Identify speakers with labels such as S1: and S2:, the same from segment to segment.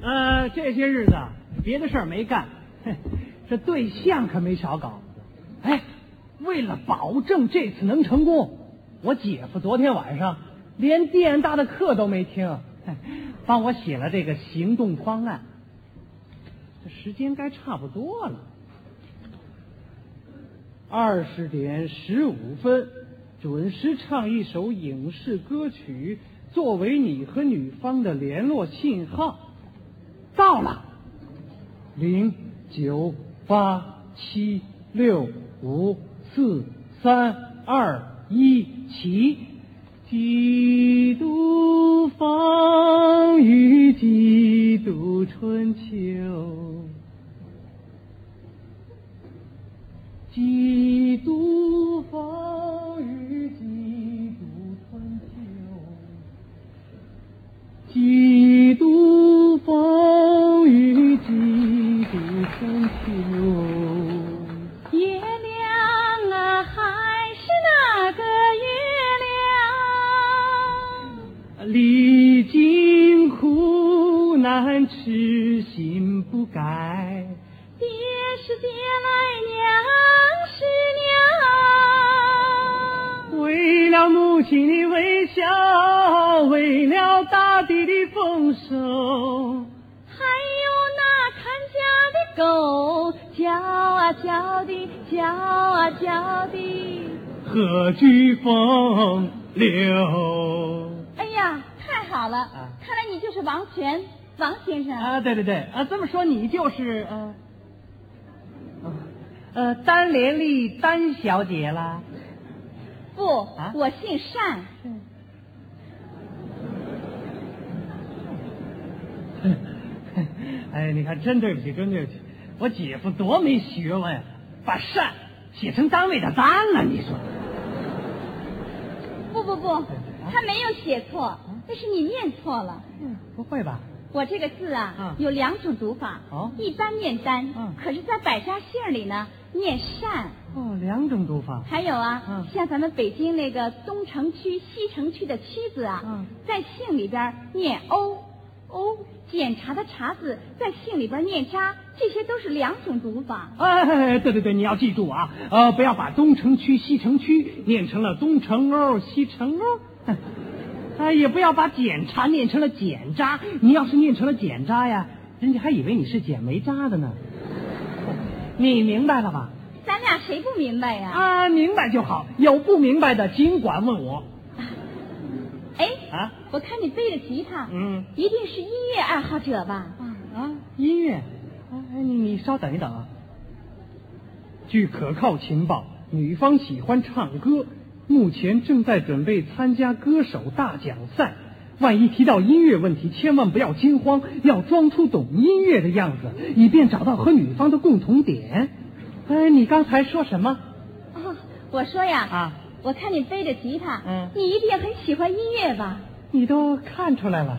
S1: 这这些日子啊别的事儿没干，嘿，这对象可没少搞。哎，为了保证这次能成功，我姐夫昨天晚上连电大的课都没听，嘿帮我写了这个行动方案。这时间该差不多了，二十点十五分，准时唱一首影视歌曲，作为你和女方的联络信号。到了，零九八七六五四三二一，起。几度风雨，几度春秋。几度风雨，几度春秋。几度风雨，几度春秋。
S2: 月亮啊，还是那个月亮。
S1: 历经苦难，痴心不改。
S2: 爹是爹来，娘是娘。
S1: 为了母亲的微笑，为了大地的丰收，
S2: 还有那看家的狗，叫啊叫的，叫啊叫的。
S1: 何惧风流？
S2: 哎呀，太好了！
S1: 啊
S2: 看来你就是王权，王先生。
S1: 啊，对对对，啊，这么说你就是呃，啊呃，单连丽单小姐啦。
S2: 不，
S1: 啊
S2: 我姓单。
S1: 哎，你看，真对不起，真对不起，我姐夫多没学问呀，把善写成单位的单了，你说。
S2: 不不
S1: 啊
S2: 不，他没有写错，但是你念错了。
S1: 嗯，不会吧？
S2: 我这个字啊，
S1: 啊
S2: 有两种读法，
S1: 哦
S2: 一般念单，
S1: 嗯
S2: 可是，在百家姓里呢，念善。
S1: 哦，两种读法。
S2: 还有啊，
S1: 嗯
S2: 像咱们北京那个东城区、西城区的“区”字啊，
S1: 嗯
S2: 在姓里边念“欧”，欧检查的“查”字在姓里边念“扎”，这些都是两种读法。
S1: 哎，对对对，你要记住啊，呃，不要把东城区、西城区念成了东城欧、西城欧， 哎，也不要把检查念成了检渣，你要是念成了检渣呀，人家还以为你是捡煤渣的呢。你明白了吧？
S2: 咱俩谁不明白呀、
S1: 啊，明白就好，有不明白的尽管问我
S2: 哎、
S1: 啊。
S2: 我看你背着吉他，
S1: 嗯
S2: 一定是音乐爱好者吧？
S1: 啊，音乐，哎，你你稍等一等啊。据可靠情报，女方喜欢唱歌，目前正在准备参加歌手大奖赛。万一提到音乐问题，千万不要惊慌，要装出懂音乐的样子，以便找到和女方的共同点。哎，你刚才说什么？
S2: 哦，我说呀，
S1: 啊
S2: 我看你背着吉他，
S1: 嗯
S2: 你一定很喜欢音乐吧？
S1: 你都看出来了，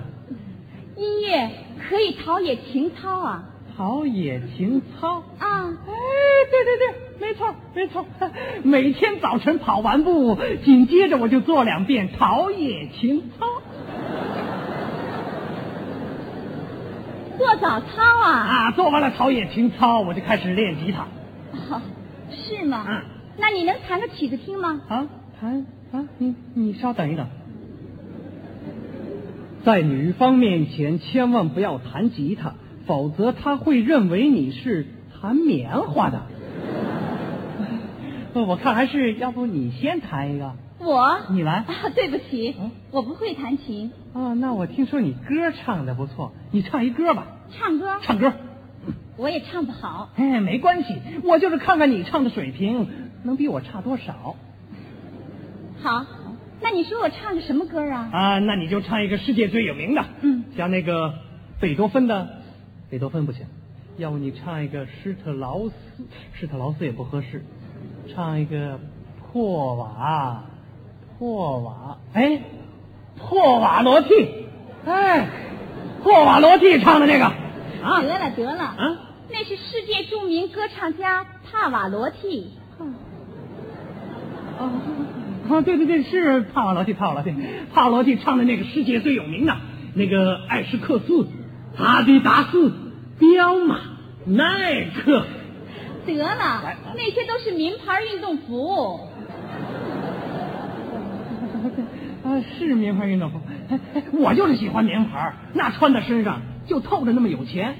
S2: 音乐可以陶冶情操啊！
S1: 陶冶情操。
S2: 啊，
S1: 哎，对对对，没错没错。每天早晨跑完步，紧接着我就做两遍陶冶情操
S2: 做早操啊？
S1: 啊。做完了陶冶情操，我就开始练吉他
S2: 哦是吗？
S1: 嗯
S2: 那你能弹个曲子听吗？
S1: 啊。弹啊，你你稍等一等。在女方面前，千万不要弹吉他，否则她会认为你是弹棉花的。 呃我看还是要不你先弹一个，
S2: 我
S1: 你来。
S2: 啊，对不起
S1: 嗯，
S2: 我不会弹琴，
S1: 哦，那我听说你歌唱的不错，你唱一歌吧，
S2: 唱歌
S1: 唱歌。
S2: 我也唱不好。
S1: 哎，没关系，我就是看看你唱的水平能比我差多少
S2: 好，那你说我唱个什么歌啊？
S1: 啊。那你就唱一个世界最有名的，
S2: 嗯，
S1: 像那个贝多芬的，贝多芬不行，要不你唱一个施特劳斯，施特劳斯也不合适，唱一个破瓦，破瓦，哎，破瓦罗蒂，哎，破瓦罗蒂唱的那个啊
S2: 得了得了，
S1: 啊。
S2: 那是世界著名歌唱家帕瓦罗蒂。
S1: 啊，对对对，是帕啊瓦罗蒂，帕瓦罗蒂，帕瓦罗蒂唱的那个世界最有名的那个《艾什克斯》，阿迪达斯、彪马、耐克。
S2: 得了，那些都是名牌运动服。
S1: 啊，是名牌运动服，哎我就是喜欢名牌，那穿在身上就透着那么有钱。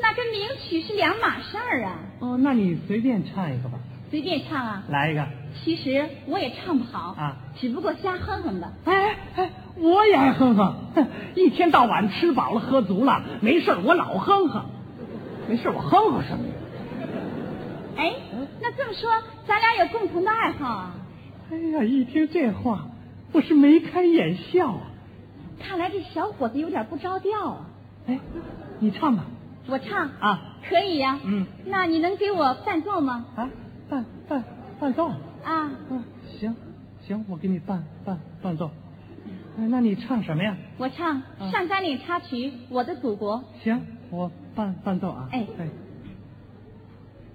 S2: 那跟名曲是两码事儿啊！
S1: 哦，那你随便唱一个吧，
S2: 随便唱啊，
S1: 来一个。
S2: 其实我也唱不好
S1: 啊，
S2: 只不过瞎哼哼的。
S1: 哎哎，我也爱哼哼，哼一天到晚吃饱了喝足了，没事儿我老哼哼，没事儿我哼哼什么呀？
S2: 哎，那这么说，咱俩有共同的爱好啊？
S1: 哎呀，一听这话，我是眉开眼笑啊。
S2: 看来这小伙子有点不着调啊。
S1: 哎，你唱吧
S2: 我唱
S1: 啊
S2: 可以呀、
S1: 嗯，
S2: 那你能给我伴奏吗？
S1: 啊，伴伴伴奏，
S2: 啊，
S1: 嗯，行行，我给你伴伴伴奏。哎，那你唱什么呀？
S2: 我唱
S1: 嗯
S2: 《上甘岭插曲》，我的祖国。
S1: 行，我伴伴奏啊。
S2: 哎
S1: 哎，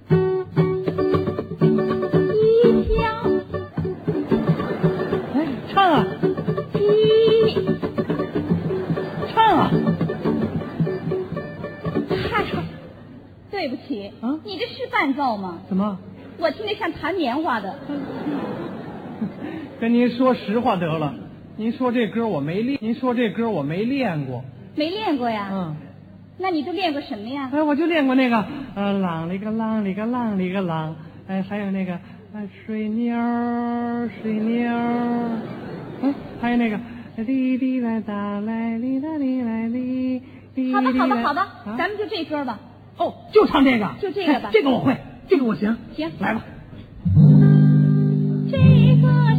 S1: 嗯
S2: 一乡
S1: 哎，唱啊
S2: 一，
S1: 唱啊！
S2: 嗨，对不起，
S1: 啊
S2: 你这是伴奏吗？
S1: 怎么？
S2: 我听着像弹棉花的。
S1: 嗯跟您说实话得了，您说这歌我没练，您说这歌我没练过。
S2: 没练过呀？
S1: 嗯，
S2: 那你都练过什么呀？
S1: 哎，我就练过那个，呃，啷里个啷里个啷里个啷，哎，还有那个，哎，水妞儿水妞儿，哎，还有那个，哩哩啦哒来哩啦哩来哩，哩
S2: 好吧，
S1: 哩
S2: 好吧，
S1: 啦
S2: 好吧，
S1: 啊
S2: 咱们就这歌吧。
S1: 哦，就唱这个，
S2: 就这个吧嗯
S1: 哎这个我会，这个我行，
S2: 行
S1: 来吧。
S2: 这个小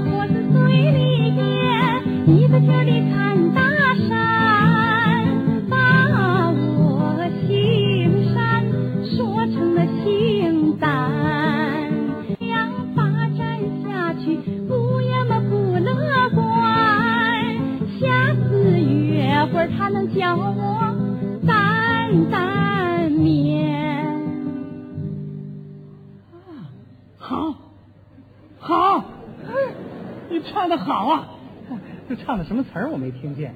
S2: 伙子嘴里边一个劲儿地喊大山，把我心山说成了姓胆，想霸占下去，不呀么不乐观。下次约会儿他能叫我担担面。
S1: 好，好，哎你唱的好啊！这唱的什么词儿我没听见。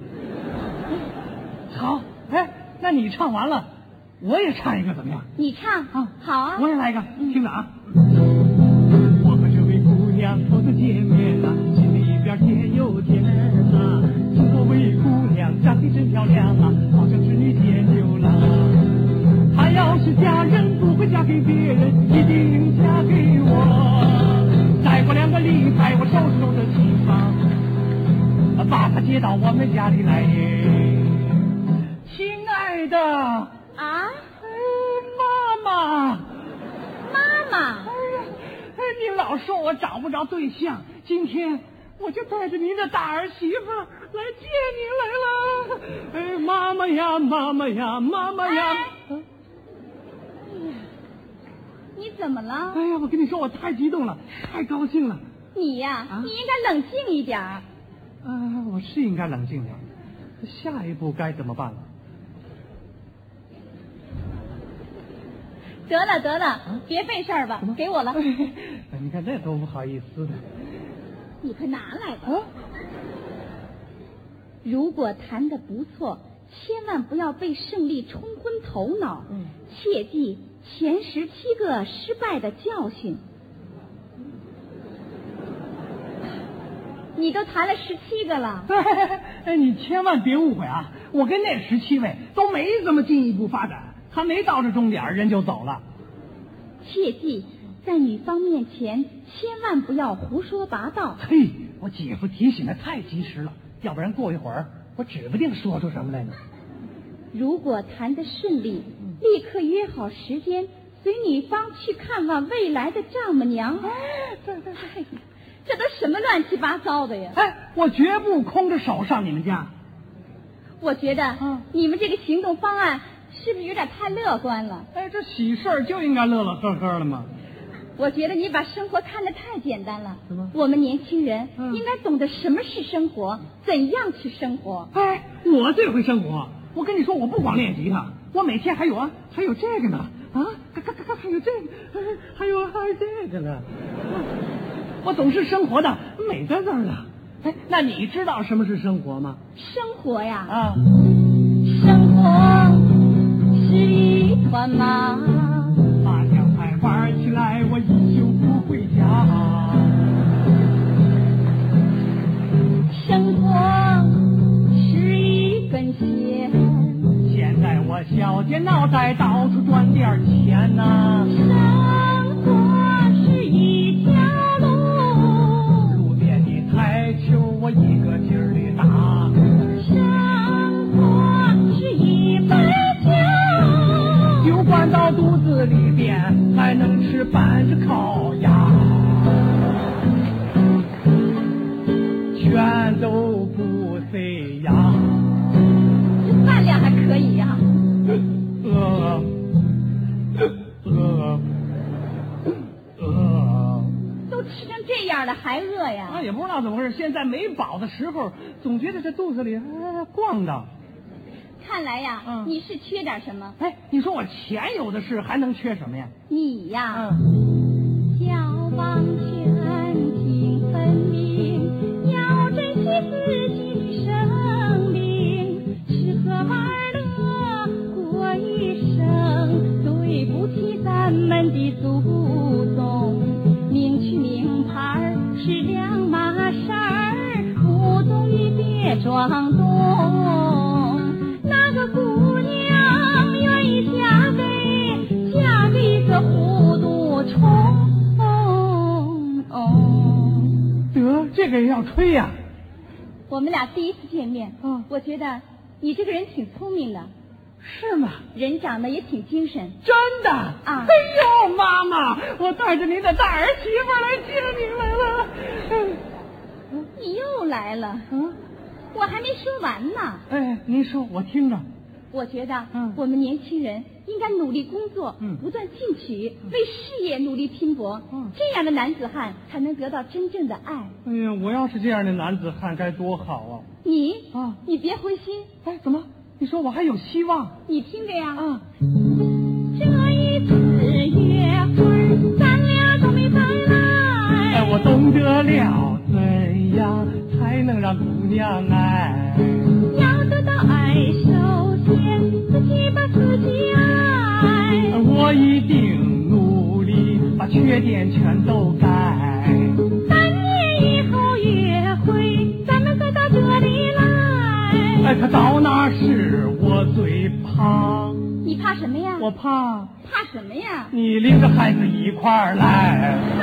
S1: 好，哎，那你唱完了，我也唱一个怎么样？
S2: 你唱
S1: 啊
S2: 好啊。
S1: 我也来一个，听着啊。我和这位姑娘头次见面啊，心里边甜又甜啊。这位姑娘长得真漂亮啊，好像织女天牛郎啊。她要是嫁人不会嫁给别人，一定嫁给我。再过两个礼拜，我收拾收拾行囊，把她接到我们家里来耶。亲爱的，
S2: 啊，
S1: 哎，妈妈。
S2: 妈妈，
S1: 哎，你老说我找不着对象，今天我就带着您的大儿媳妇儿来接您来了。哎，妈妈呀，妈妈呀，妈妈呀！
S2: 你怎么了？
S1: 哎呀，我跟你说，我太激动了，太高兴了。
S2: 你呀、
S1: 啊
S2: 你应该冷静一点儿。
S1: 啊，我是应该冷静点儿。下一步该怎么办了？
S2: 得了得了，别费事儿吧
S1: 啊什么，
S2: 给我了，
S1: 哎你看这多不好意思的
S2: 你快拿来吧。
S1: 啊！
S2: 如果弹得不错，千万不要被胜利冲昏头脑，
S1: 嗯
S2: 切记前十七个失败的教训。你都弹了十七个了，
S1: 哎，你千万别误会啊！我跟那十七位都没怎么进一步发展，还没到这终点儿，人就走了。
S2: 切记在女方面前千万不要胡说八道。
S1: 嘿，我姐夫提醒的太及时了，要不然过一会儿我指不定说出什么来呢。
S2: 如果谈得顺利，
S1: 嗯
S2: 立刻约好时间，随女方去看望未来的丈母娘。
S1: 对对
S2: 哎呀，这都什么乱七八糟的呀！
S1: 哎，我绝不空着手上你们家。
S2: 我觉得
S1: 嗯
S2: 你们这个行动方案是不是有点太乐观了？
S1: 哎，这喜事儿就应该乐乐呵呵的嘛。
S2: 我觉得你把生活看得太简单了
S1: 是吗。
S2: 我们年轻人
S1: 嗯
S2: 应该懂得什么是生活，怎样去生活。
S1: 哎，我最会生活。我跟你说，我不光练吉他，我每天还有啊，还有这个呢啊，嘎嘎嘎嘎，还有这个，哎还有还有这个呢。我总是生活的美滋滋的。哎，那你知道什么是生活吗？
S2: 生活呀，
S1: 啊，
S2: 生活我忙。
S1: 大小菜玩起来，我一宿不回家。
S2: 生活是一根弦，
S1: 现在我小姐脑袋到处赚点钱呐、
S2: 生活是一条路，
S1: 路边的台球我一个劲儿的打，
S2: 生活是一杯酒。
S1: 酒灌到肚子里边，还能吃半只烤鸭。全都不塞牙，
S2: 这饭量还可以啊呀、
S1: 饿，饿，饿。
S2: 都吃成这样了还饿
S1: 啊，
S2: 呀？
S1: 也不知道怎么回事，现在没饱的时候，总觉得这肚子里还逛荡。
S2: 看来呀，
S1: 嗯
S2: 你是缺点什么？
S1: 哎，你说我钱有的是，还能缺什么呀？
S2: 你呀，
S1: 嗯，
S2: 要望全情分明，要珍惜自己生命，吃喝玩乐过一生，对不起咱们的祖宗。名曲名牌儿是两码事儿，不懂你别装懂。那个姑娘愿意嫁给嫁给一个糊涂虫。哦，
S1: 得这个也要吹呀、
S2: 我们俩第一次见面，
S1: 嗯
S2: 我觉得你这个人挺聪明的，
S1: 是吗？
S2: 人长得也挺精神。
S1: 真的
S2: 啊
S1: 哎呦，妈妈，我带着您的大
S2: 哎
S1: 儿媳妇来接您来了。
S2: 你又来了，
S1: 嗯，
S2: 我还没说完呢。
S1: 哎，您说，我听着。
S2: 我觉得
S1: 嗯，
S2: 我们年轻人应该努力工作，
S1: 嗯
S2: 不断进取，为事业努力拼搏，
S1: 嗯
S2: 这样的男子汉才能得到真正的爱。
S1: 哎呀，我要是这样的男子汉该多好啊！
S2: 你
S1: 啊
S2: 你别灰心，
S1: 哎，怎么？你说我还有希望？
S2: 你听着呀。
S1: 啊，
S2: 这一次约会，咱俩都没白来。
S1: 哎，我懂得了怎样才能让姑娘爱。
S2: 要得到爱，首先自己把自己爱。
S1: 我一定努力把缺点全都改。
S2: 三年以后约会，咱们再到这里来。
S1: 哎，可到那时我最怕，
S2: 你怕什么呀？
S1: 我怕
S2: 怕什么呀？
S1: 你拎着孩子一块儿来。